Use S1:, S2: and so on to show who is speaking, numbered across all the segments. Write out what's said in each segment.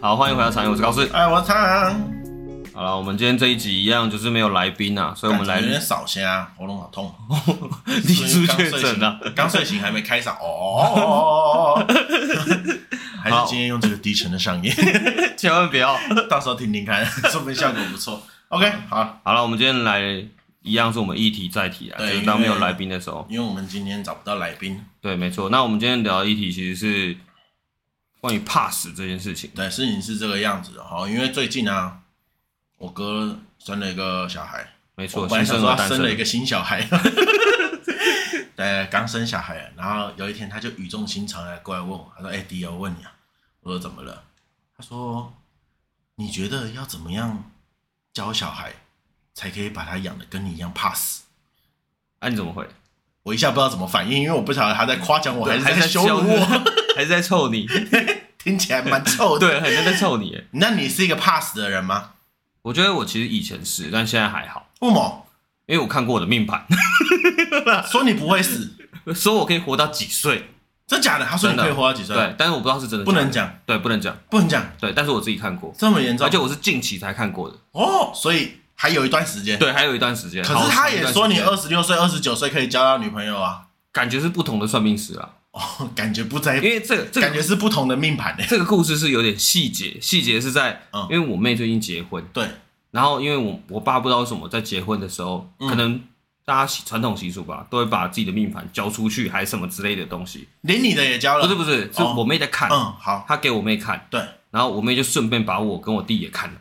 S1: 好，欢迎回到产业，我是高士。
S2: 哎，我唱，
S1: 好了，我们今天这一集一样就是没有来宾啊，所以我们来
S2: 有点少虾，啊喉咙好痛。
S1: 你出确诊了。
S2: 刚睡醒还没开嗓 哦，还是今天用这个低沉的嗓音，
S1: 千万不要。
S2: 到时候听听看，说不定效果不错。OK，好，
S1: 好了，我们今天来一样是我们议题再提啊，就
S2: 对
S1: 是当没有
S2: 因为
S1: 来宾的时候。
S2: 因为我们今天找不到来宾，
S1: 对，没错。那我们今天聊的议题其实是关于 pass 这件事情。
S2: 对，事情是这个样子的哈。因为最近啊，我哥生了一个小孩，
S1: 没错，
S2: 我本来
S1: 新
S2: 想
S1: 生
S2: 说
S1: 儿
S2: 他
S1: 诞
S2: 生了一
S1: 生。
S2: 个新小孩， 对，刚生小孩，然后有一天他就语重心长的过来问我，他说：“哎、迪迪，我问你啊，我说怎么了？”他说：“你觉得要怎么样教小孩，才可以把他养的跟你一样怕死？”
S1: 哎，你怎么会？
S2: 我一下不知道怎么反应，因为我不晓得他在夸奖我还是
S1: 还
S2: 在羞辱
S1: 你
S2: 我，，
S1: 还是在臭你？
S2: 听起来蛮臭的。
S1: 对，很像在臭你耶。
S2: 那你是一个怕死的人吗？
S1: 我觉得我其实以前是，但现在还好，
S2: 不某
S1: 因为我看过我的命盘，
S2: 说你不会死，
S1: 说我可以活到几岁，
S2: 真假的？他说你
S1: 真的
S2: 可以活到几岁？啊
S1: 对，但是我不知道是真的
S2: 不
S1: 假的
S2: 能，讲，
S1: 对，不能讲，
S2: 不能讲，
S1: 对，但是我自己看过，
S2: 这么严重
S1: 而且。我是近期才看过的，
S2: 哦，所以还有一段时间。
S1: 对，还有一段时间。
S2: 可是
S1: 好
S2: 他
S1: 长一
S2: 也
S1: 段
S2: 说你
S1: 时间
S2: 二十六岁、二十九岁可以交到女朋友啊。
S1: 感觉是不同的算命师啦，
S2: 哦，感觉不在
S1: 因，为这个这
S2: 感
S1: 个
S2: 觉是不同的命盘呢。欸
S1: 这个故事是有点细节，细节是在
S2: 嗯，
S1: 因为我妹最近结婚，
S2: 对，
S1: 然后因为我我爸不知道为什么在结婚的时候，
S2: 嗯
S1: 可能大家习传统习俗吧，都会把自己的命盘交出去，还是什么之类的东西。
S2: 连你的也交了。
S1: 不是不是，是
S2: 哦
S1: 我妹在看，
S2: 嗯，好，
S1: 她给我妹看，
S2: 对。
S1: 然后我妹就顺便把我跟我弟也看了。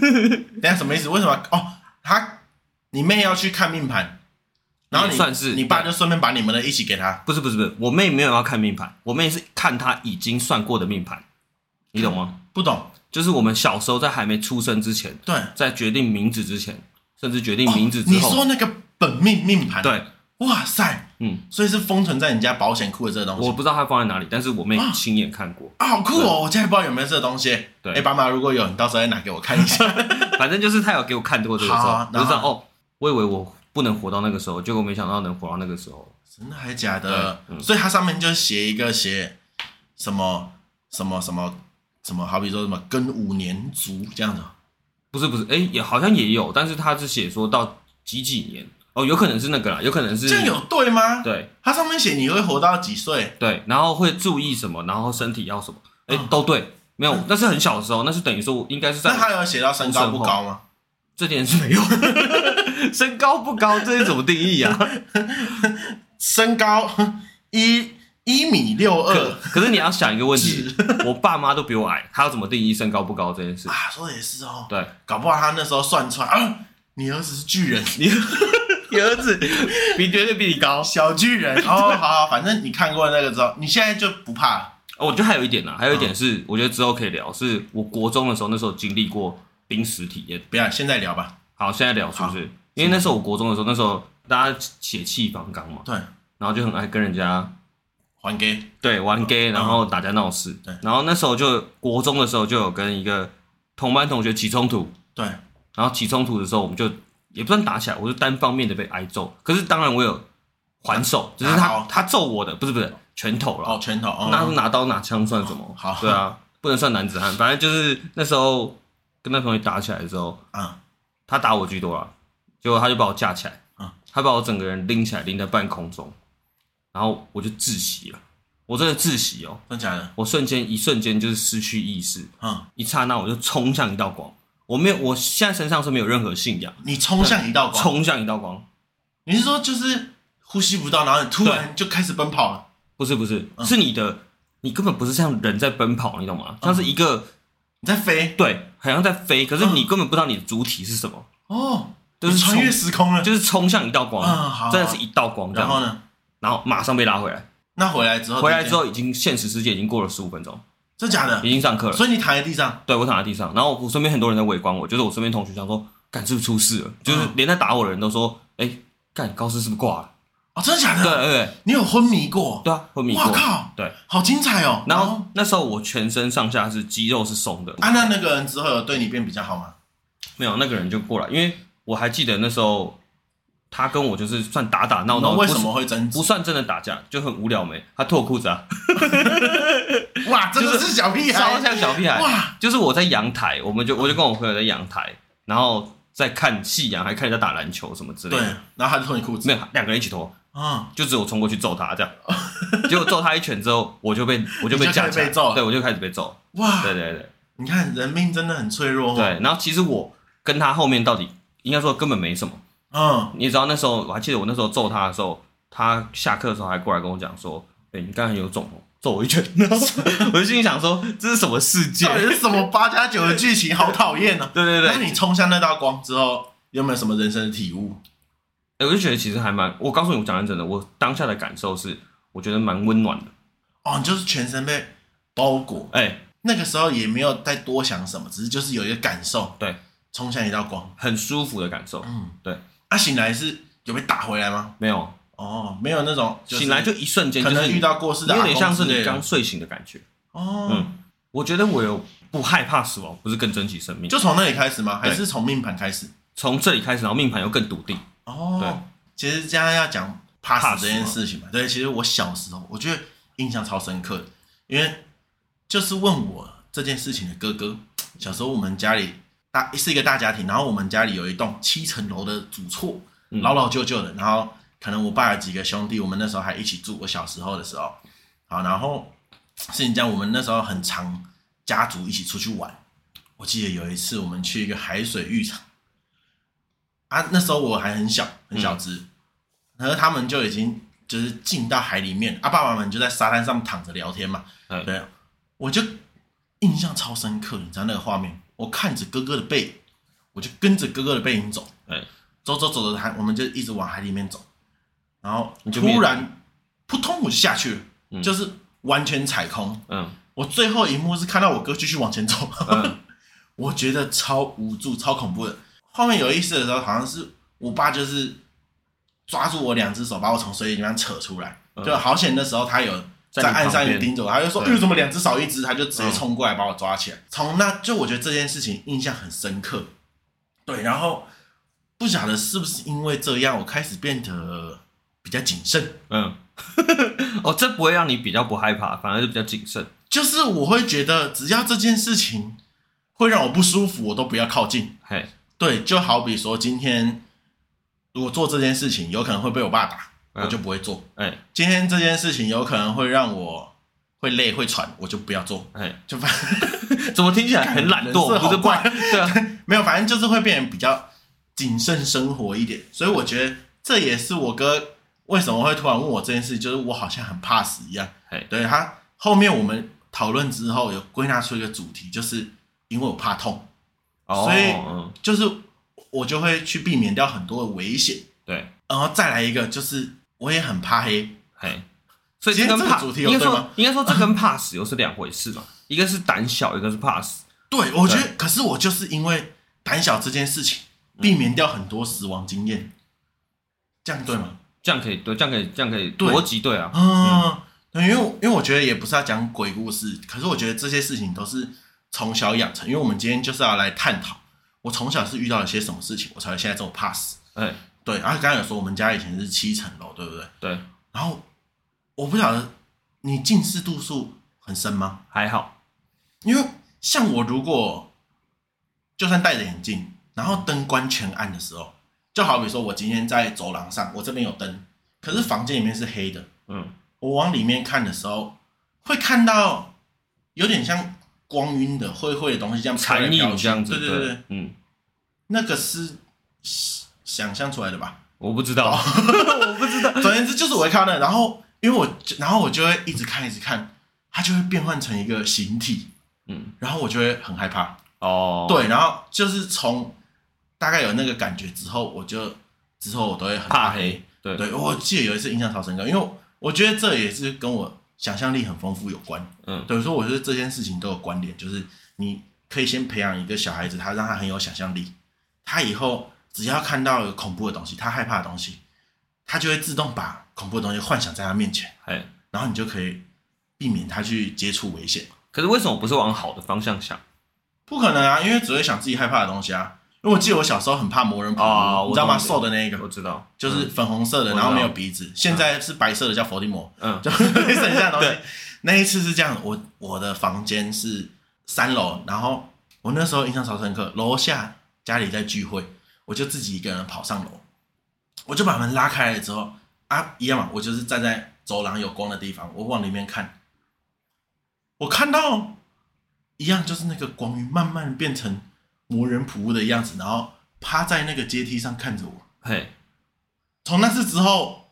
S2: 等一下什么意思？为什么？哦，他你妹要去看命盘，然后你
S1: 也算是
S2: 你爸就顺便把你们的一起给他。
S1: 不是不是不是，我妹没有要看命盘，我妹是看她已经算过的命盘，你懂吗？
S2: 不懂？
S1: 就是我们小时候在还没出生之前，
S2: 对，
S1: 在决定名字之前，甚至决定
S2: 哦
S1: 名字之
S2: 你
S1: 后，
S2: 说那个本命命盘？，
S1: 对，
S2: 哇塞，
S1: 嗯，
S2: 所以是封存在你家保险库的这个东西。
S1: 我不知道她放在哪里，但是我妹
S2: 啊
S1: 亲眼看 过，
S2: 啊，好酷哦！我家里不知道有没有这个东西。
S1: 对
S2: 哎，爸妈如果有，你到时候再拿给我看一下。
S1: 反正就是她有给我看过这个之
S2: 好
S1: 后，
S2: 啊
S1: 我就知
S2: 然
S1: 道哦，我以为我不能活到那个时候，结果没想到能活到那个时候。
S2: 真的还假的？
S1: 对嗯
S2: 所以它上面就写一个写什么什么什么什么，好比说什么庚午年卒这样子。
S1: 不是不是，哎、也好像也有，但是他是写说到几几年哦，有可能是那个啦，有可能是
S2: 这样有对吗？
S1: 对
S2: 它上面写你会活到几岁？
S1: 对，然后会注意什么，然后身体要什么，哎、都对，没有，那是很小的时候，那是等于说我应该是
S2: 啊那
S1: 在
S2: 它有写到身高不高吗？
S1: 这点是没有， 身高不高这是怎么定义啊？
S2: 身高 一一米六
S1: 可
S2: 二
S1: 可是你要想一个问题，我爸妈都比我矮，他要怎么定义身高不高这件事？
S2: 啊，说的也是哦。
S1: 对，
S2: 搞不好他那时候算出来啊，你儿子是巨 人，
S1: 你 你儿子比绝对比你高，
S2: 小巨人。哦，好好，反正你看过那个之后，你现在就不怕了。
S1: 哦，我觉得还有一点呢、还有一点是，我觉得之后可以聊，是我国中的时候，那时候经历过濒死体验。
S2: 不要，现在聊吧。
S1: 好，现在聊是不是？因为那时候我国中的时候，那时候大家血气方刚嘛，
S2: 对，
S1: 然后就很爱跟人家
S2: 还给
S1: 对玩 gay，然后打架闹事。
S2: 对
S1: 然后那时候就国中的时候就有跟一个同班同学起冲突，
S2: 对，
S1: 然后起冲突的时候我们就也不算打起来，我就单方面的被挨揍。可是当然我有还手，只是
S2: 拿
S1: 他
S2: 刀
S1: 他揍我的，不是不是拳头了，
S2: 哦，拳头哦，
S1: 拿拿刀拿枪算什么？
S2: 好
S1: 对啊，不能算男子汉，反正就是那时候跟那同学打起来的时候，
S2: 嗯，
S1: 他打我居多啦，结果他就把我架起来，
S2: 嗯
S1: 他把我整个人拎起来，拎在半空中，然后我就窒息了，我真的窒息哦，
S2: 真假的？
S1: 我瞬间一瞬间就是失去意识，
S2: 嗯，
S1: 一刹那我就冲向一道光，我没有，我现在身上是没有任何信仰，
S2: 你冲向一道光，
S1: 冲向一道光，
S2: 你是说就是呼吸不到，然后你突然就开始奔跑了？
S1: 不是不是，
S2: 嗯
S1: 是你的，你根本不是像人在奔跑，你懂吗？像是一个
S2: 你在飞
S1: 对，好像在
S2: 嗯
S1: 飞，可是你根本不知道你的主体是什么，
S2: 哦，
S1: 就是
S2: 你穿越时空了。
S1: 就是冲向一道光，
S2: 嗯好
S1: 真的是一道光这
S2: 然
S1: 样，
S2: 后呢？哦
S1: 然后马上被拉回来。
S2: 那回来之后，
S1: 回来之，后已经现实世界已经过了十五分钟，
S2: 真假的
S1: 已？经上课了。
S2: 嗯所以你躺在地上，
S1: 对我躺在地上，然后我身边很多人在围观我，就是我身边同学想说，干是不是出事了？就是
S2: 嗯
S1: 连在打我的人都说，哎、干高斯是不是挂了？
S2: 哦，真的假
S1: 对
S2: 的？
S1: 对对
S2: 你有昏迷过？
S1: 对啊，昏迷
S2: 哇
S1: 过。
S2: 靠，
S1: 对，
S2: 好精彩哦！
S1: 然后那时候我全身上下是肌肉是松的，
S2: 啊，那那个人之后有对你变比较好吗？
S1: 没有那个人就过来，因为我还记得那时候他跟我就是算打打闹
S2: 你们
S1: 闹，哦
S2: 为
S1: 不
S2: 什
S1: 是
S2: 么会争执
S1: 不？算真的打架，就很无聊没？他脱我裤子 啊，
S2: 哇，真的是小屁
S1: 超
S2: 孩！
S1: 像小屁孩。
S2: 哇，
S1: 就是我在阳台，我们就我就跟我朋友在阳台，然后在看夕阳，还看人家打篮球什么之类
S2: 对
S1: 的。，
S2: 然后他就脱你裤子
S1: 没，有，两个人一起脱，
S2: 啊，
S1: 就只有我冲过去揍他 这样。结果揍他一拳之后，我就被我就被
S2: 你就
S1: 架
S2: 开始
S1: 起来
S2: 被揍了
S1: 对我就开始被揍。
S2: 哇，
S1: 对对对
S2: 你看人命真的很脆弱，，哦
S1: 对，然后其实我跟他后面到底应该说根本没什么。
S2: 嗯，
S1: 你知道那时候我还记得我那时候揍他的时候，他下课的时候还过来跟我讲说：“哎、你刚才有种哦，揍我一拳。” 然后我就心里想说：“这是什么世界
S2: 到底是什么八加九的剧情，好讨厌哦呢？”。
S1: 对对对
S2: 那，你冲向那道光之后，有没有什么人生的体悟？
S1: 哎我就觉得其实还蛮……我告诉你，我讲认真的，我当下的感受是，我觉得蛮温暖的。
S2: 哦，你就是全身被包裹，
S1: 哎、
S2: 那个时候也没有再多想什么，只是就是有一个感受，
S1: 对，
S2: 冲向一道光。
S1: 很舒服的感受。
S2: 嗯，
S1: 对。
S2: 啊，醒来是有被打回来吗？
S1: 没有，
S2: 哦，没有那种、就是
S1: 醒来就一瞬间，
S2: 可
S1: 就
S2: 能
S1: 是
S2: 遇到过世的
S1: 有
S2: 阿
S1: 点
S2: 公
S1: 像
S2: 之
S1: 是
S2: 类的，
S1: 你刚睡醒的感觉。
S2: 哦，
S1: 嗯我觉得我有不害怕死亡，不是更珍惜生命。就
S2: 就从那里开始吗？还
S1: 对
S2: 是从命盘开始？
S1: 从这里开始，然后命盘又更笃定。
S2: 哦
S1: 对，
S2: 其实这样要讲怕
S1: 怕死
S2: 死这件
S1: 吗
S2: 事情嘛，对，其实我小时候我觉得印象超深刻的，因为就是问我这件事情的哥哥，小时候我们家里大是一个大家庭，然后我们家里有一栋七层楼的主厝，
S1: 嗯
S2: 老老旧旧的，然后可能我爸有几个兄弟，我们那时候还一起住，我小时候的时候，好，然后是你讲我们那时候很常家族一起出去玩，我记得有一次我们去一个海水浴场，啊，那时候我还很小很
S1: 嗯
S2: 小只，然后他们就已经就是进到海里面，啊，爸爸们就在沙滩上躺着聊天嘛，
S1: 嗯
S2: 对，啊我就印象超深刻，你知道那个画面，我看着哥哥的背影，我就跟着哥哥的背影走，
S1: 哎，
S2: 走走走走，还我们就一直往海里面走，然后
S1: 你就
S2: 突
S1: 灭
S2: 然扑通我就下去了，
S1: 嗯
S2: 就是完全踩空。
S1: 嗯
S2: 我最后一幕是看到我哥继续往前走，
S1: 嗯
S2: 我觉得超无助、超恐怖的。后面有意思的时候，好像是我爸就是抓住我两只手，把我从水里面扯出来。
S1: 嗯
S2: 就好险的时候，他有
S1: 在
S2: 在
S1: 你
S2: 岸
S1: 旁
S2: 上有
S1: 边
S2: 盯着我，他就说：“
S1: 对
S2: 为什么两只少一只？”他就直接
S1: 嗯
S2: 冲过来把我抓起来。从那就我觉得这件事情印象很深刻。对，然后不晓得是不是因为这样，我开始变得比较谨慎。
S1: 嗯， 哦，这不会让你比较不害怕，反而是比较谨慎。
S2: 就是我会觉得，只要这件事情会让我不舒服，我都不要靠近。
S1: 嘿，
S2: 对，就好比说今天如果做这件事情，有可能会被我爸打，
S1: 嗯
S2: 我就不会做。
S1: 哎
S2: 今天这件事情有可能会让我会累会喘，我就不要做。
S1: 哎，
S2: 就反
S1: 怎 么听起来 很懒惰？
S2: 人设好
S1: 不是
S2: 怪
S1: 怪， 对啊，
S2: 没有，反正就是会变得比较谨慎生活一点。所以我觉得这也是我哥为什么会突然问我这件事，就是我好像很怕死一样
S1: 嘿。
S2: 对他后面我们讨论之后，有归纳出一个主题，就是因为我怕痛，
S1: 哦，
S2: 啊所以
S1: 嗯，
S2: 就是我就会去避免掉很多的危险。
S1: 对，
S2: 然后再来一个，就是我也很怕黑。
S1: 嘿，所以
S2: 今
S1: 这
S2: 天
S1: 跟
S2: 这个
S1: 怕
S2: 主题有
S1: 应该
S2: 对
S1: 说
S2: 吗
S1: 应该说这跟怕死又是两回事嘛，一个是胆小，一个是怕死。
S2: 对，我觉得，可是我就是因为胆小这件事情，避免掉很多死亡经验，这样对吗？
S1: 这样可以对，这样可以，这样可以，
S2: 对
S1: 逻辑对啊，
S2: 啊，对，因为我因为我觉得也不是要讲鬼故事，可是我觉得这些事情都是从小养成。因为我们今天就是要来探讨，我从小是遇到了些什么事情，我才会现在这么怕死。
S1: 哎，
S2: 对，而且刚刚有说我们家以前是七层楼，对不对？
S1: 对，
S2: 然后我不晓得你近视度数很深吗？
S1: 还好，
S2: 因为像我如果就算戴着眼镜，然后灯关全暗的时候，就好比说我今天在走廊上，我这边有灯，可是房间里面是黑的，
S1: 嗯，
S2: 我往里面看的时候，会看到有点像光晕的灰灰的东西这样飘来
S1: 残
S2: 飘
S1: 影
S2: 去
S1: 这样子，
S2: 对对对，
S1: 嗯，
S2: 那个是想象出来的吧？
S1: 我不知道，
S2: 哦
S1: 我不知道，
S2: 总而言之，就是我会看到那个，然后因为我就，然后我就会一直看，一直看，它就会变换成一个形体，
S1: 嗯，
S2: 然后我就会很害怕。
S1: 哦，，
S2: 对，然后就是从大概有那个感觉之后，我就之后我都会很
S1: 怕
S2: 黑。
S1: 黑，对，
S2: 对，我记得有一次印象超深刻，因为我觉得这也是跟我想象力很丰富有关。
S1: 嗯，
S2: 等于说，我觉得这件事情都有关联，就是你可以先培养一个小孩子，他让他很有想象力，他以后只要看到有恐怖的东西，他害怕的东西，他就会自动把恐怖的东西幻想在他面前，
S1: 哎，
S2: 然后你就可以避免他去接触危险。
S1: 可是为什么不是往好的方向想？
S2: 不可能啊，因为只会想自己害怕的东西啊。因为我记得我小时候很怕魔人普
S1: 啊
S2: 罗，你知道吗？
S1: 我懂
S2: 瘦的那一个
S1: 我，知道，
S2: 就是粉红色的，
S1: 嗯
S2: 然后没有鼻子，现在是白色的，叫伏地魔，
S1: 嗯，
S2: 就 类似很像的东西
S1: 对。
S2: 那一次是这样，我我的房间是三楼，然后我那时候印象超深刻，楼下家里在聚会，我就自己一个人跑上楼，我就把门拉开了之后啊，一样嘛，我就是站在走廊有光的地方，我往里面看，我看到一样就是那个光晕慢慢变成魔人普乌的样子，然后趴在那个阶梯上看着我。
S1: 嘿，
S2: 从那次之后，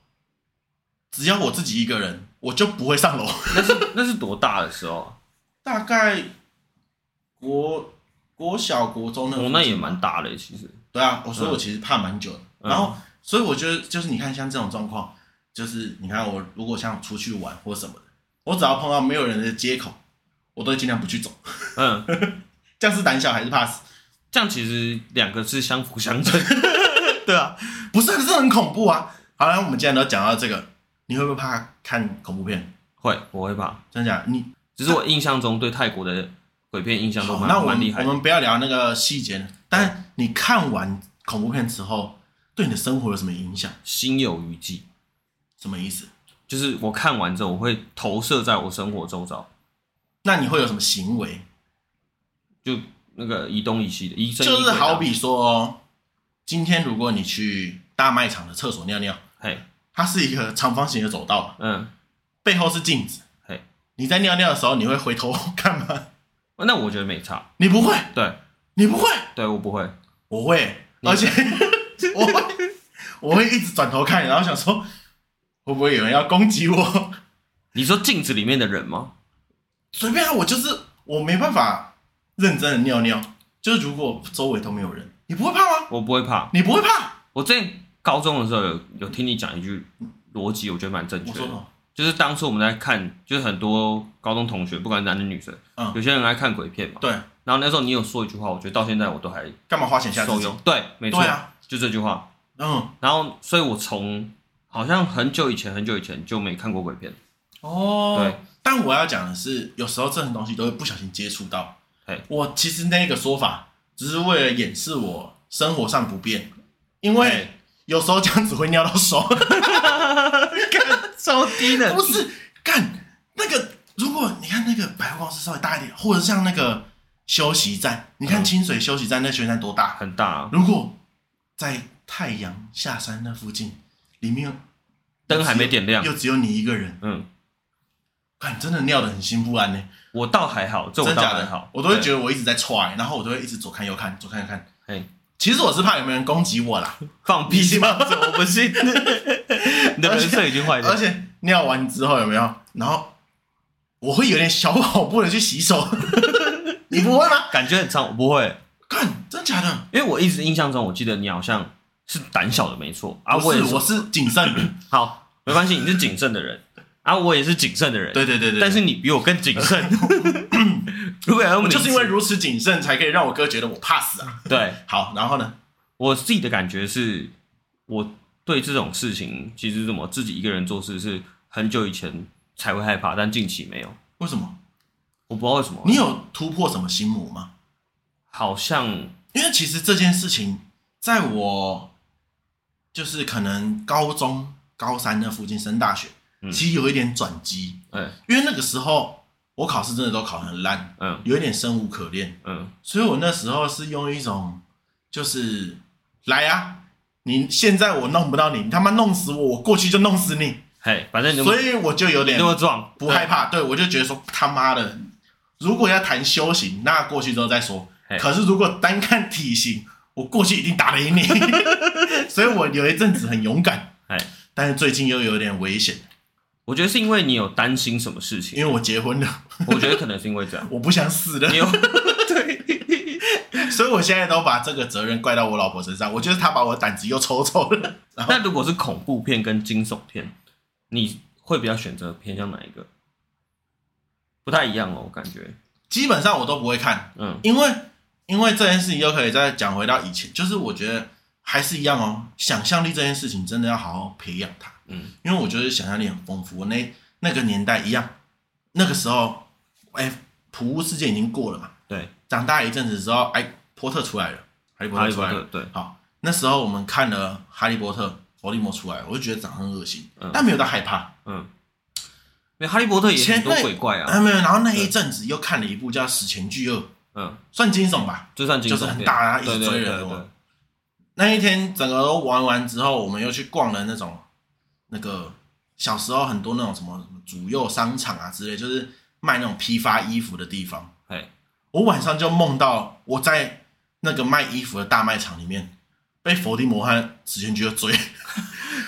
S2: 只要我自己一个人，我就不会上楼。
S1: 那是那是多大的时候 啊？
S2: 大概国国小、国中那个
S1: 我
S2: 附近
S1: 哦那也蛮大的，其实，
S2: 对啊，我所以我其实怕蛮久的。
S1: 嗯
S2: 然后，所以我觉得就是你看像这种状况，就是你看我如果像出去玩或什么的，我只要碰到没有人的街口，我都会尽量不去走。
S1: 嗯，
S2: 这样是胆小还是怕死？
S1: 这样其实两个是相辅相成。
S2: 对啊，不是，可是很恐怖啊。好了，我们既然都讲到这个，你会不会怕看恐怖片？
S1: 会，我会怕。
S2: 真的假的？你
S1: 只是我印象中对泰国的鬼片印象都
S2: 好，
S1: 蛮
S2: 那我
S1: 蛮厉
S2: 们
S1: 害
S2: 我
S1: 的。
S2: 们不要聊那个细节，但你看完恐怖片之后，对你的生活有什么影响？
S1: 心有余悸，
S2: 什么意思？
S1: 就是我看完之后，我会投射在我生活周遭，
S2: 那你会有什么行为？
S1: 就那个以东以西的医生
S2: 就是好，比说，哦今天如果你去大卖场的厕所尿尿，
S1: 嘿，
S2: 它是一个长方形的走道，
S1: 嗯，
S2: 背后是镜子
S1: 嘿。
S2: 你在尿尿的时候，你会回头 看吗？
S1: 那我觉得没差。
S2: 你不会，
S1: 对，
S2: 你不会，
S1: 对我不会，
S2: 我会，
S1: 你
S2: 而且 我会，我会一直转头看，然后想说，会不会有人要攻击我？
S1: 你说镜子里面的人吗？
S2: 随便啊，我就是我没办法认真的尿尿，就是如果周围都没有人，你不会怕吗？
S1: 我不会怕。
S2: 你不会怕？
S1: 我之前高中的时候有有听你讲一句逻辑，我觉得蛮正
S2: 我
S1: 确
S2: 说
S1: 的，
S2: 哦，
S1: 就是当初我们在看，就是很多高中同学，不管男的女生，
S2: 嗯
S1: 有些人爱看鬼片嘛。
S2: 对，
S1: 然后那时候你有说一句话，我觉得到现在我都还
S2: 干嘛花钱下自
S1: 受
S2: 己？
S1: 用。对，没错
S2: 对，啊，
S1: 就这句话。
S2: 嗯，
S1: 然后，所以我从好像很久以前、很久以前就没看过鬼 片。
S2: 哦，
S1: 对。
S2: 但我要讲的是，有时候这种东西都会不小心接触到
S1: 嘿。
S2: 我其实那个说法只是为了掩饰我生活上不便，因为
S1: 嘿
S2: 有时候这样子会尿 到手。
S1: 超低的
S2: 不是干那个，如果你看那个百货公司稍微大一点，或者像那个休息站，你看
S1: 嗯
S2: 清水休息站那休息站多大？
S1: 很大、啊，
S2: 如果在太阳下山那附近，里面又
S1: 灯还没点亮。
S2: 又只有你一个人，
S1: 嗯，
S2: 看真的尿得很心不安呢、
S1: 我倒还好，这我
S2: 真
S1: 倒
S2: 假
S1: 还
S2: 的
S1: 好，，
S2: 我都会
S1: 对
S2: 觉得我一直在踹，然后我都会一直左看右看，左看右看。
S1: 嘿
S2: 其实我是怕有没有人攻击我啦，
S1: 放屁是吗？ 我不信，你的人设已经坏
S2: 而
S1: 掉。
S2: 且尿完之后有没有？然后我会有点小跑步的去洗手， 你不会吗？
S1: 感觉很长，我不会，
S2: 干，真假的？
S1: 因为我一直印象中，我记得你好像是胆小的，没错啊，
S2: 不
S1: 我也
S2: 是，我是谨慎 的。
S1: 好，没关系，你是谨慎的人啊，我也是谨慎的人，
S2: 对对对对，
S1: 但是你比我更谨 慎。如果要用
S2: 我就是因为
S1: 名
S2: 如此谨慎，才可以让我哥觉得我怕死啊。
S1: 字对
S2: 好，然后呢？
S1: 我自己的感觉是，我对这种事情其实是什么自己一个人做事是很久以前才会害怕，但近期没有，
S2: 为什么？
S1: 我不知道为什么，
S2: 你有突破什么心魔吗？
S1: 好像
S2: 因为其实这件事情，在我就是可能高中高三那附近升大学，
S1: 嗯
S2: 其实有一点转机，
S1: 哎、
S2: 因为那个时候我考试真的都考得很烂，
S1: 嗯
S2: 有一点生无可恋。
S1: 嗯，
S2: 所以我那时候是用一种，就是来啊，你现在我弄不到你，你他妈弄死我，我过去就弄死你，
S1: 嘿，反正你那么
S2: 所以我就有
S1: 你
S2: 点
S1: 那么壮，
S2: 不害怕，对我就觉得说他妈的，如果要谈修行，那过去之后再说
S1: 嘿。
S2: 可是如果单看体型，我过去一定打得 赢你，所以我有一阵子很勇敢
S1: 嘿，
S2: 但是最近又有点危险，
S1: 我觉得是因为你有担心什么事情，
S2: 因为我结婚了，
S1: 我觉得可能是因为这样，
S2: 我不想死了
S1: 你，有
S2: 所以我现在都把这个责任怪到我老婆身上，我觉得她把我胆子又抽走了。
S1: 那如果是恐怖片跟惊悚片，你会比较选择偏向哪一个？不太一样哦，我感觉，
S2: 基本上我都不会看，
S1: 嗯
S2: 因为因为这件事情又可以再讲回到以前，就是我觉得还是一样哦，想象力这件事情真的要好好培养它，
S1: 嗯，
S2: 因为我觉得想象力很丰富。我那那个年代一样，那个时候，哎，普乌事件已经过了嘛，
S1: 对，
S2: 长大一阵子之后，哎，波特出来了，哈利波
S1: 哈
S2: 特
S1: 利
S2: 出
S1: 波
S2: 来
S1: 特
S2: 了。
S1: 对，
S2: 好，那时候我们看了《哈利波特》，伏地魔出来，我就觉得长得很恶心，
S1: 嗯
S2: 但没有到害怕。
S1: 嗯，因为哈利波特也
S2: 前
S1: 很多
S2: 那
S1: 鬼怪
S2: 啊，
S1: 啊，
S2: 没有。然后那一阵子又看了一部叫《史前巨恶》，
S1: 嗯，
S2: 算惊悚吧。
S1: 就算惊
S2: 就是
S1: 悚
S2: 很
S1: 片
S2: 大啊一
S1: 对
S2: 直
S1: 对
S2: 追
S1: 对
S2: 人
S1: 对
S2: 哦
S1: 对，
S2: 那一天整个都玩完之后，我们又去逛了那种那个小时候很多那种什么什么主幼商场啊之类，就是卖那种批发衣服的地方。
S1: 哎，
S2: 我晚上就梦到我在那个卖衣服的大卖场里面被伏地魔和史前巨恶追。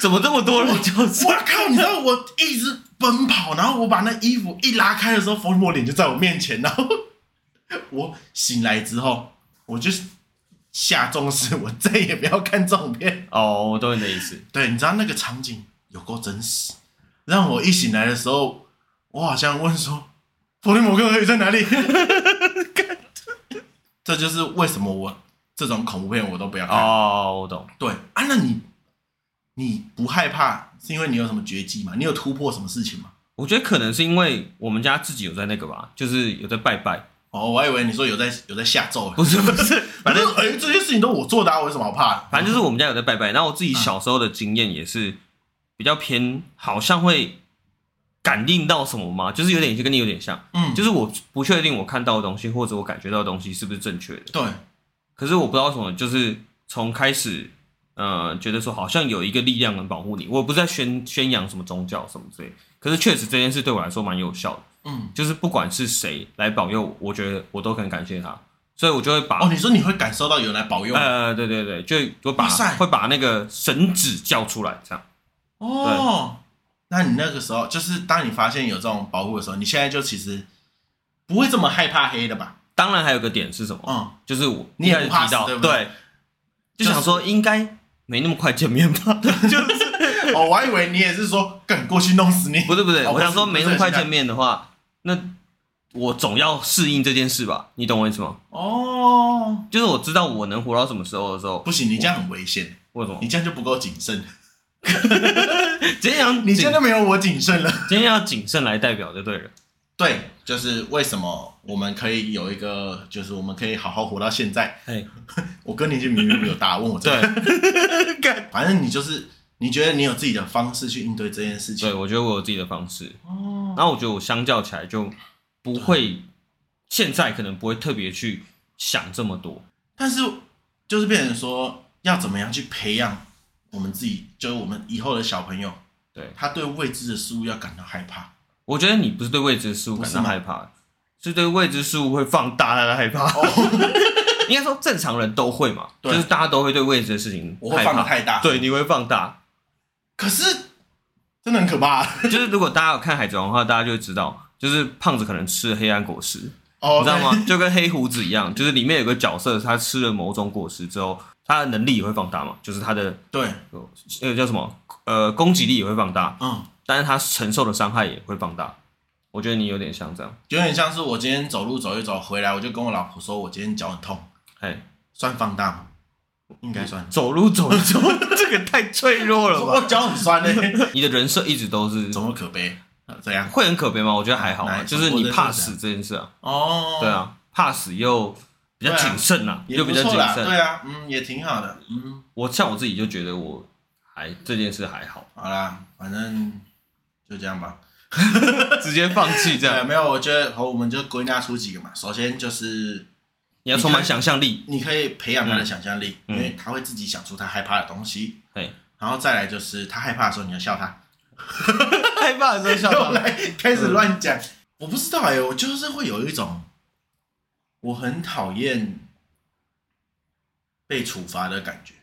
S1: 怎么这么多人就是
S2: 我靠！你知道我一直奔跑，然后我把那衣服一拉开的时候，冯立波脸就在我面前，然后我醒来之后，我就是下重视，我再也不要看这种片。
S1: 哦，我懂你的意 思，
S2: 对，你知道那个场景有够真实，让我一醒来的时候，我好像问说：“佛利摩哥在哪里？” 这就是为什么我这种恐怖片我都不要看。
S1: 哦，我懂，
S2: 对啊，那你你不害怕是因为你有什么绝技吗？你有突破什么事情吗？
S1: 我觉得可能是因为我们家自己有在那个吧，就是有在拜拜，
S2: 哦，我还以为你说有在有在下咒，欸
S1: 不是不是，反
S2: 反正
S1: 正
S2: 哎、这些事情都我做的、啊，我有什么好怕的？
S1: 反正就是我们家有在拜拜。然后我自己小时候的经验也是比较偏，好像会感应到什么吗？就是有点就跟你有点像，
S2: 嗯，
S1: 就是我不确定我看到的东西或者我感觉到的东西是不是正确的，
S2: 对，
S1: 可是我不知道为什么，就是从开始。呃，觉得说好像有一个力量能保护你，我不是在宣宣扬什么宗教什么之类，可是确实这件事对我来说蛮有效的，
S2: 嗯，
S1: 就是不管是谁来保佑我，我觉得我都很感谢他，所以我就会把
S2: 哦，你说你会感受到有人来保佑你，
S1: 呃，对对对，就我把
S2: 哇塞
S1: 会把那个神指叫出来，这样。
S2: 哦，那你那个时候就是当你发现有这种保护的时候，你现在就其实不会这么害怕黑的吧？
S1: 当然还有个点是什么？
S2: 嗯，
S1: 就是我
S2: 你也
S1: 一开始
S2: 不怕死
S1: 提到，
S2: 对不对
S1: 对，就想说应该没那么快见面 吧，就是
S2: 哦，我还以为你也是说梗过去弄死你，
S1: 不是不是，
S2: 哦
S1: 我想说
S2: 不是
S1: 没
S2: 不
S1: 那么
S2: 是
S1: 快见面的话，那我总要适应这件事吧，你懂我意思吗？
S2: 哦，
S1: 就是我知道我能活到什么时候的时候，
S2: 不行，你这样很危险，
S1: 为什么
S2: 你？这样就不够谨慎，
S1: 今天要
S2: 你现
S1: 谨
S2: 在没有我谨慎了。
S1: 今天要谨慎来代表就对了，
S2: 对，就是为什么我们可以有一个，就是我们可以好好活到现在。
S1: 哎，
S2: 我跟你就明明没有答案，问我这
S1: 对
S2: 个， 反正你就是你觉得你有自己的方式去应对这件事情
S1: 对，。我觉得我有自己的方式，
S2: 哦，
S1: 然后我觉得我相较起来就不会，现在可能不会特别去想这么多。
S2: 但是就是变成说，要怎么样去培养我们自己，就是我们以后的小朋友，
S1: 对，
S2: 他对未知的事物要感到害怕。
S1: 我觉得你不是对未知事物感到害怕，是对未知事物会放大他的害 怕。应该说正常人都会嘛，
S2: 对
S1: 就是大家都会对未知的事情
S2: 我会
S1: 害
S2: 放的
S1: 怕。
S2: 太大，
S1: 对，，你会放大。
S2: 可是真的很可怕。
S1: 就是如果大家有看《海贼王》的话，大家就会知道，就是胖子可能吃了黑暗果实，
S2: 哦，
S1: 你知道
S2: 对？
S1: 吗？就跟黑胡子一样，就是里面有个角色，他吃了某种果实之后，他的能力也会放大嘛，就是他的
S2: 对，
S1: 呃叫什么呃攻击力也会放大，
S2: 嗯，
S1: 但是他承受的伤害也会放大。我觉得你有点像这样，
S2: 有点像是我今天走路走一走回来，我就跟我老婆说，我今天脚很痛，
S1: 哎，
S2: 算放大吗？应 该算。
S1: 走路走一走，这个太脆弱了
S2: 我
S1: 吧？
S2: 脚很 酸嘞、
S1: 你的人设一直都是
S2: 怎么可悲？呃这样
S1: 会很可悲吗？我觉得还好
S2: 哪
S1: 啊，
S2: 一种
S1: 就是你怕死这件事啊，
S2: 哦，
S1: 对，啊，怕死又比较谨慎啊，
S2: 也
S1: 又
S2: 不
S1: 比较谨
S2: 错啦，
S1: 慎。
S2: 对啊，嗯，也挺好的，嗯，
S1: 我像我自己就觉得我还这件事还好，
S2: 好啦，反正就这样吧。
S1: 直接放弃这
S2: 对，
S1: 样。
S2: 没有，我觉得好，我们就归纳出几个嘛。首先就是
S1: 你要充满想象力，
S2: 你可以培养他的想象力，
S1: 嗯
S2: 因为他会自己想出他害怕的东西。
S1: 嘿，
S2: 然后再来就是他害怕的时候，你要笑他。
S1: 害怕的时候 笑
S2: 后
S1: 他嗯们。
S2: 来开始乱讲，我不知道哎、我就是会有一种，我很讨厌被处罚的感觉。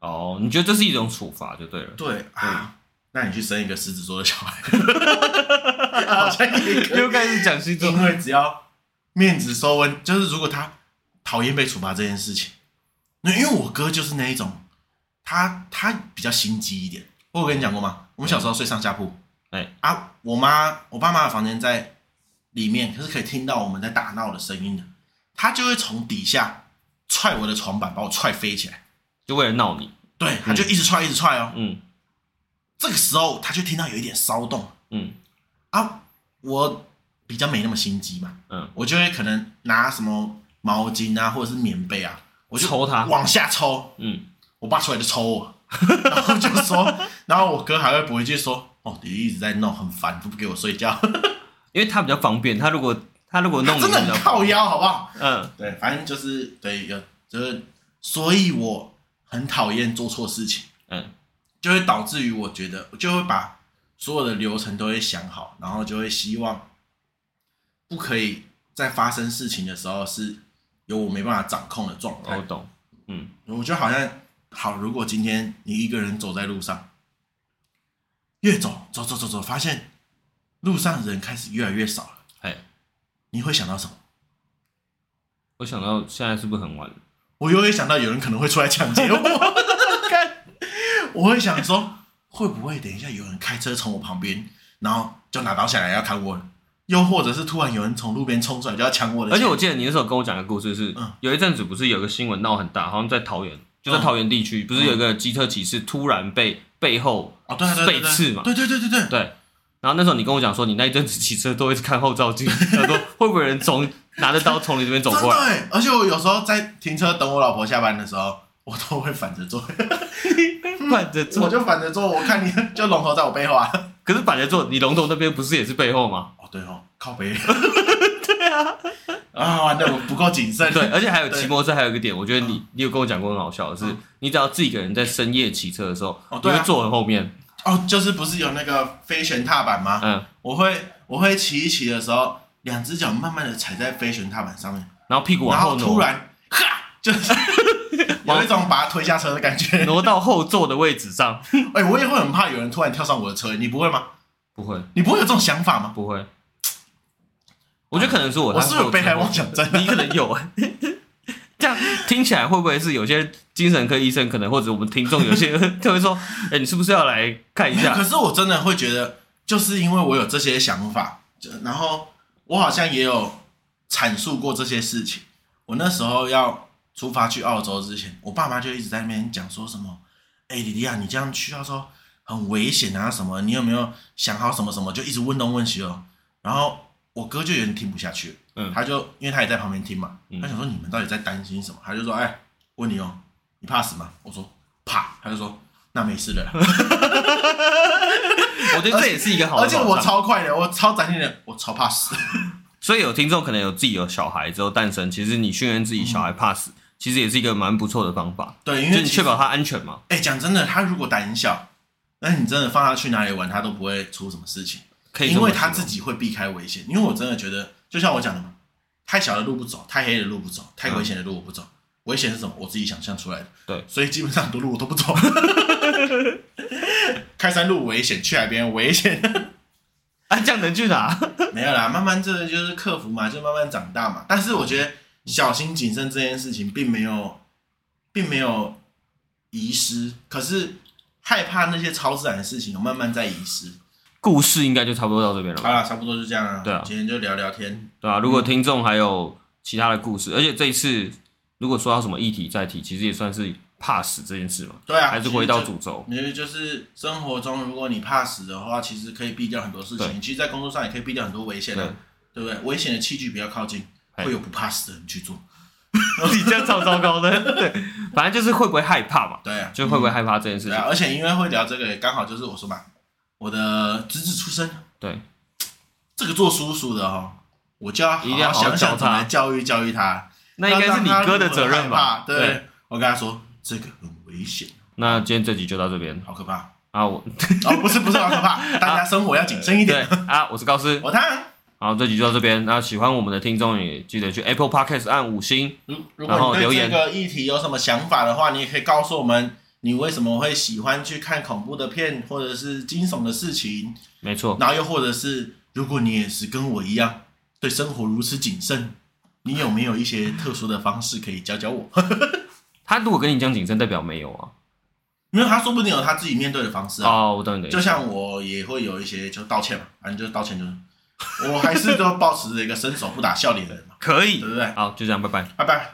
S1: 哦，你觉得这是一种处罚就对了。
S2: 对啊，那你去生一个狮子座的小孩， 好像也可以
S1: 又开始讲星座
S2: 因为只要面子收温，就是如果他讨厌被处罚这件事情，那因为我哥就是那一种，他他比较心机一点。我有跟你讲过吗？我们小时候睡上下铺，
S1: 哎
S2: 啊，我妈我爸妈的房间在里面，可是可以听到我们在打闹的声音的，他就会从底下踹我的床板，把我踹飞起来。
S1: 就为了闹你。
S2: 对，他就一直踹，一直踹哦。
S1: 嗯
S2: 这个时候，他就听到有一点骚动
S1: 嗯
S2: 啊。我比较没那么心机嘛，
S1: 嗯，
S2: 我就会可能拿什么毛巾啊，或者是棉被啊，我就
S1: 抽他
S2: 往下抽，
S1: 嗯，
S2: 我爸出来就抽 我，然后就说，然后我哥还会补一句说，哦，弟弟一直在弄，很烦，都不给我睡觉，
S1: 因为他比较方便，他如果他如果弄你
S2: 真的
S1: 比较
S2: 很靠腰，好不好？
S1: 嗯，
S2: 对，反正就是对，有就是，所以我很讨厌做错事情，
S1: 嗯，
S2: 就会导致于我觉得，我就会把所有的流程都会想好，然后就会希望不可以在发生事情的时候是有我没办法掌控的状态。
S1: 我懂，嗯，
S2: 我就好像，好，如果今天你一个人走在路上，越走走走走走，发现路上人开始越来越少了，
S1: 哎，
S2: 你会想到什么？
S1: 我想到现在是不是很晚了？
S2: 我又会想到有人可能会出来抢劫 我，我会想说，会不会等一下有人开车从我旁边，然后就拿刀下来要砍我？又或者是突然有人从路边冲出来就要抢我的
S1: 而
S2: 钱？
S1: 且我记得你那时候跟我讲一个故事是，
S2: 嗯哦
S1: 有一阵子不是有个新闻闹很大，好像在桃园，就在桃园地区，不是有一个机车骑士突然被背后
S2: 嗯哦，对啊对啊对啊
S1: 背刺嘛
S2: 对对对对对，
S1: 对，然后那时候你跟我讲说，你那一阵子骑车都会看后照镜，他说会不会有人从拿着刀从你这边走
S2: 真
S1: 过
S2: 的
S1: 来？
S2: 欸。而且我有时候在停车等我老婆下班的时候，我都会 反着坐，
S1: 反着坐，
S2: 我就反着坐，我看你就龙头在我背 后啊。
S1: 可是反着坐，你龙头那边不是也是背后吗？
S2: 哦，对哦，靠 背。对 啊。啊，那我不够谨慎。
S1: 对，而且还有骑
S2: 对嗯
S1: 摩托车，还有一个点，我觉得你你有跟我讲过很好笑的是，你只要自己一个人在深夜骑车的时候，
S2: 哦
S1: 你
S2: 对啊
S1: 会坐很后面，
S2: 哦，就是不是有那个飞旋踏板吗？
S1: 嗯，
S2: 我会我会骑一骑的时候，两只脚慢慢的踩在飞旋踏板上面，
S1: 然后屁股往
S2: 然后突
S1: 挪，
S2: 然哈，就是有一种把它推下车的感觉。
S1: 挪到后座的位置上。
S2: 哎、我也会很怕有人突然跳上我的车，你不会吗？
S1: 不会，
S2: 你不会有这种想法吗？
S1: 不会。我觉得可能是我，
S2: 哎我是不是有被害妄想症啊
S1: 你可能有。 这样听起来会不会是有些精神科医生可能，或者我们听众 有些人就会说，哎、你是不是要来看一
S2: 没有可
S1: 下？
S2: 是我真的会觉得，就是因为我有这些想法，就然后我好像也有阐述过这些事情。我那时候要出发去澳洲之前，我爸妈就一直在那边讲说什么：“哎、莉莉亚，你这样去澳洲很危险啊，什么？你有没有想好什么什么？”就一直问东问西哦。然后我哥就有点听不下去了，
S1: 嗯
S2: 他就因为他也在旁边听嘛，他想说你们到底在担心什么？他就说：“哎、问你哦，你怕死吗？”我说：“怕。”他就说：“那没事的啦。”
S1: 我觉得这也是一个好
S2: 而
S1: 的
S2: 且
S1: 保
S2: 我
S1: 障。
S2: 超快的，我超斩钉的，我超 怕死。
S1: 所以有听众可能有自己有小孩之后诞生，其实你训练自己小孩怕死，其实也是一个蛮不错的方法，
S2: 对，因
S1: 就
S2: 为
S1: 你
S2: 其实
S1: 确保他安全嘛。
S2: 哎，讲真的，他如果胆小，那你真的放他去哪里玩，他都不会出什么事情，
S1: 可以这
S2: 因
S1: 么
S2: 为他
S1: 形容
S2: 自己会避开危险。因为我真的觉得，就像我讲的嘛，太小的路不走，太黑的路不走，太危险的路我不走。危险是什么？我自己想象出来的。
S1: 对，
S2: 所以基本上很多路我都 不走。开山路危险，去海边危险，
S1: 啊，这样能去哪？
S2: 没有啦，慢慢这个就是克服嘛，就慢慢长大嘛。但是我觉得小心谨慎这件事情并没有，并没有遗失，可是害怕那些超自然的事情有慢慢在遗失。
S1: 故事应该就差不多到这边了吧
S2: 好。啦，差不多就这样啊。
S1: 对啊
S2: 今天就聊聊天。
S1: 对啊，如
S2: 嗯
S1: 果听众还有其他的故事，而且这一次如果说到什么议题再提，其实也算是怕死这件事嘛，
S2: 对啊，
S1: 还是回到
S2: 其实
S1: 主轴。
S2: 就。因为就是生活中，如果你怕死的话，其实可以避掉很多事
S1: 对
S2: 情。其实，在工作上也可以避掉很多危险的、啊对不对？危险的器具不要靠近，
S1: 哎
S2: 会有不怕死的人去做。
S1: 你 这样超糟糕的， 对，反正就是会不会害怕嘛，
S2: 对啊，
S1: 就会不会害怕这件事
S2: 对
S1: 情
S2: 啊，。而且因为会聊这个，刚好就是我说嘛，我的侄子出生，
S1: 对，
S2: 这个做叔叔的哦，我就要好
S1: 一定要好好
S2: 想
S1: 教
S2: 想
S1: 他
S2: 怎么来教育教育他，
S1: 那应该是你哥的责任吧？
S2: 要让他如何害怕对，我跟他说这个很危险，
S1: 那今天这集就到这边
S2: 好可怕。
S1: 啊，我
S2: 哦，不是不是好可怕，大家生活要谨慎一
S1: 对
S2: 点。
S1: 啊，我是高斯，
S2: 我他，
S1: 好，这集就到这边。那喜欢我们的听众也记得去 Apple Podcast 按五星，
S2: 如如
S1: 然后
S2: 果你
S1: 留
S2: 对
S1: 言
S2: 这个议题有什么想法的话，你也可以告诉我们。你为什么会喜欢去看恐怖的片，或者是惊悚的事情？
S1: 没错，
S2: 然后又或者是，如果你也是跟我一样对生活如此谨慎，你有没有一些特殊的方式可以教教我？
S1: 他如果跟你讲谨慎，代表没有啊。
S2: 因为他说不定有他自己面对的方式啊。
S1: 哦，我懂你的意思，
S2: 就像我也会有一些就道歉嘛，反正就是道歉就是，我还是都保持着一个伸手不打笑脸的人嘛，
S1: 可以
S2: 对，不对？
S1: 好，就这样，拜拜。
S2: 拜拜。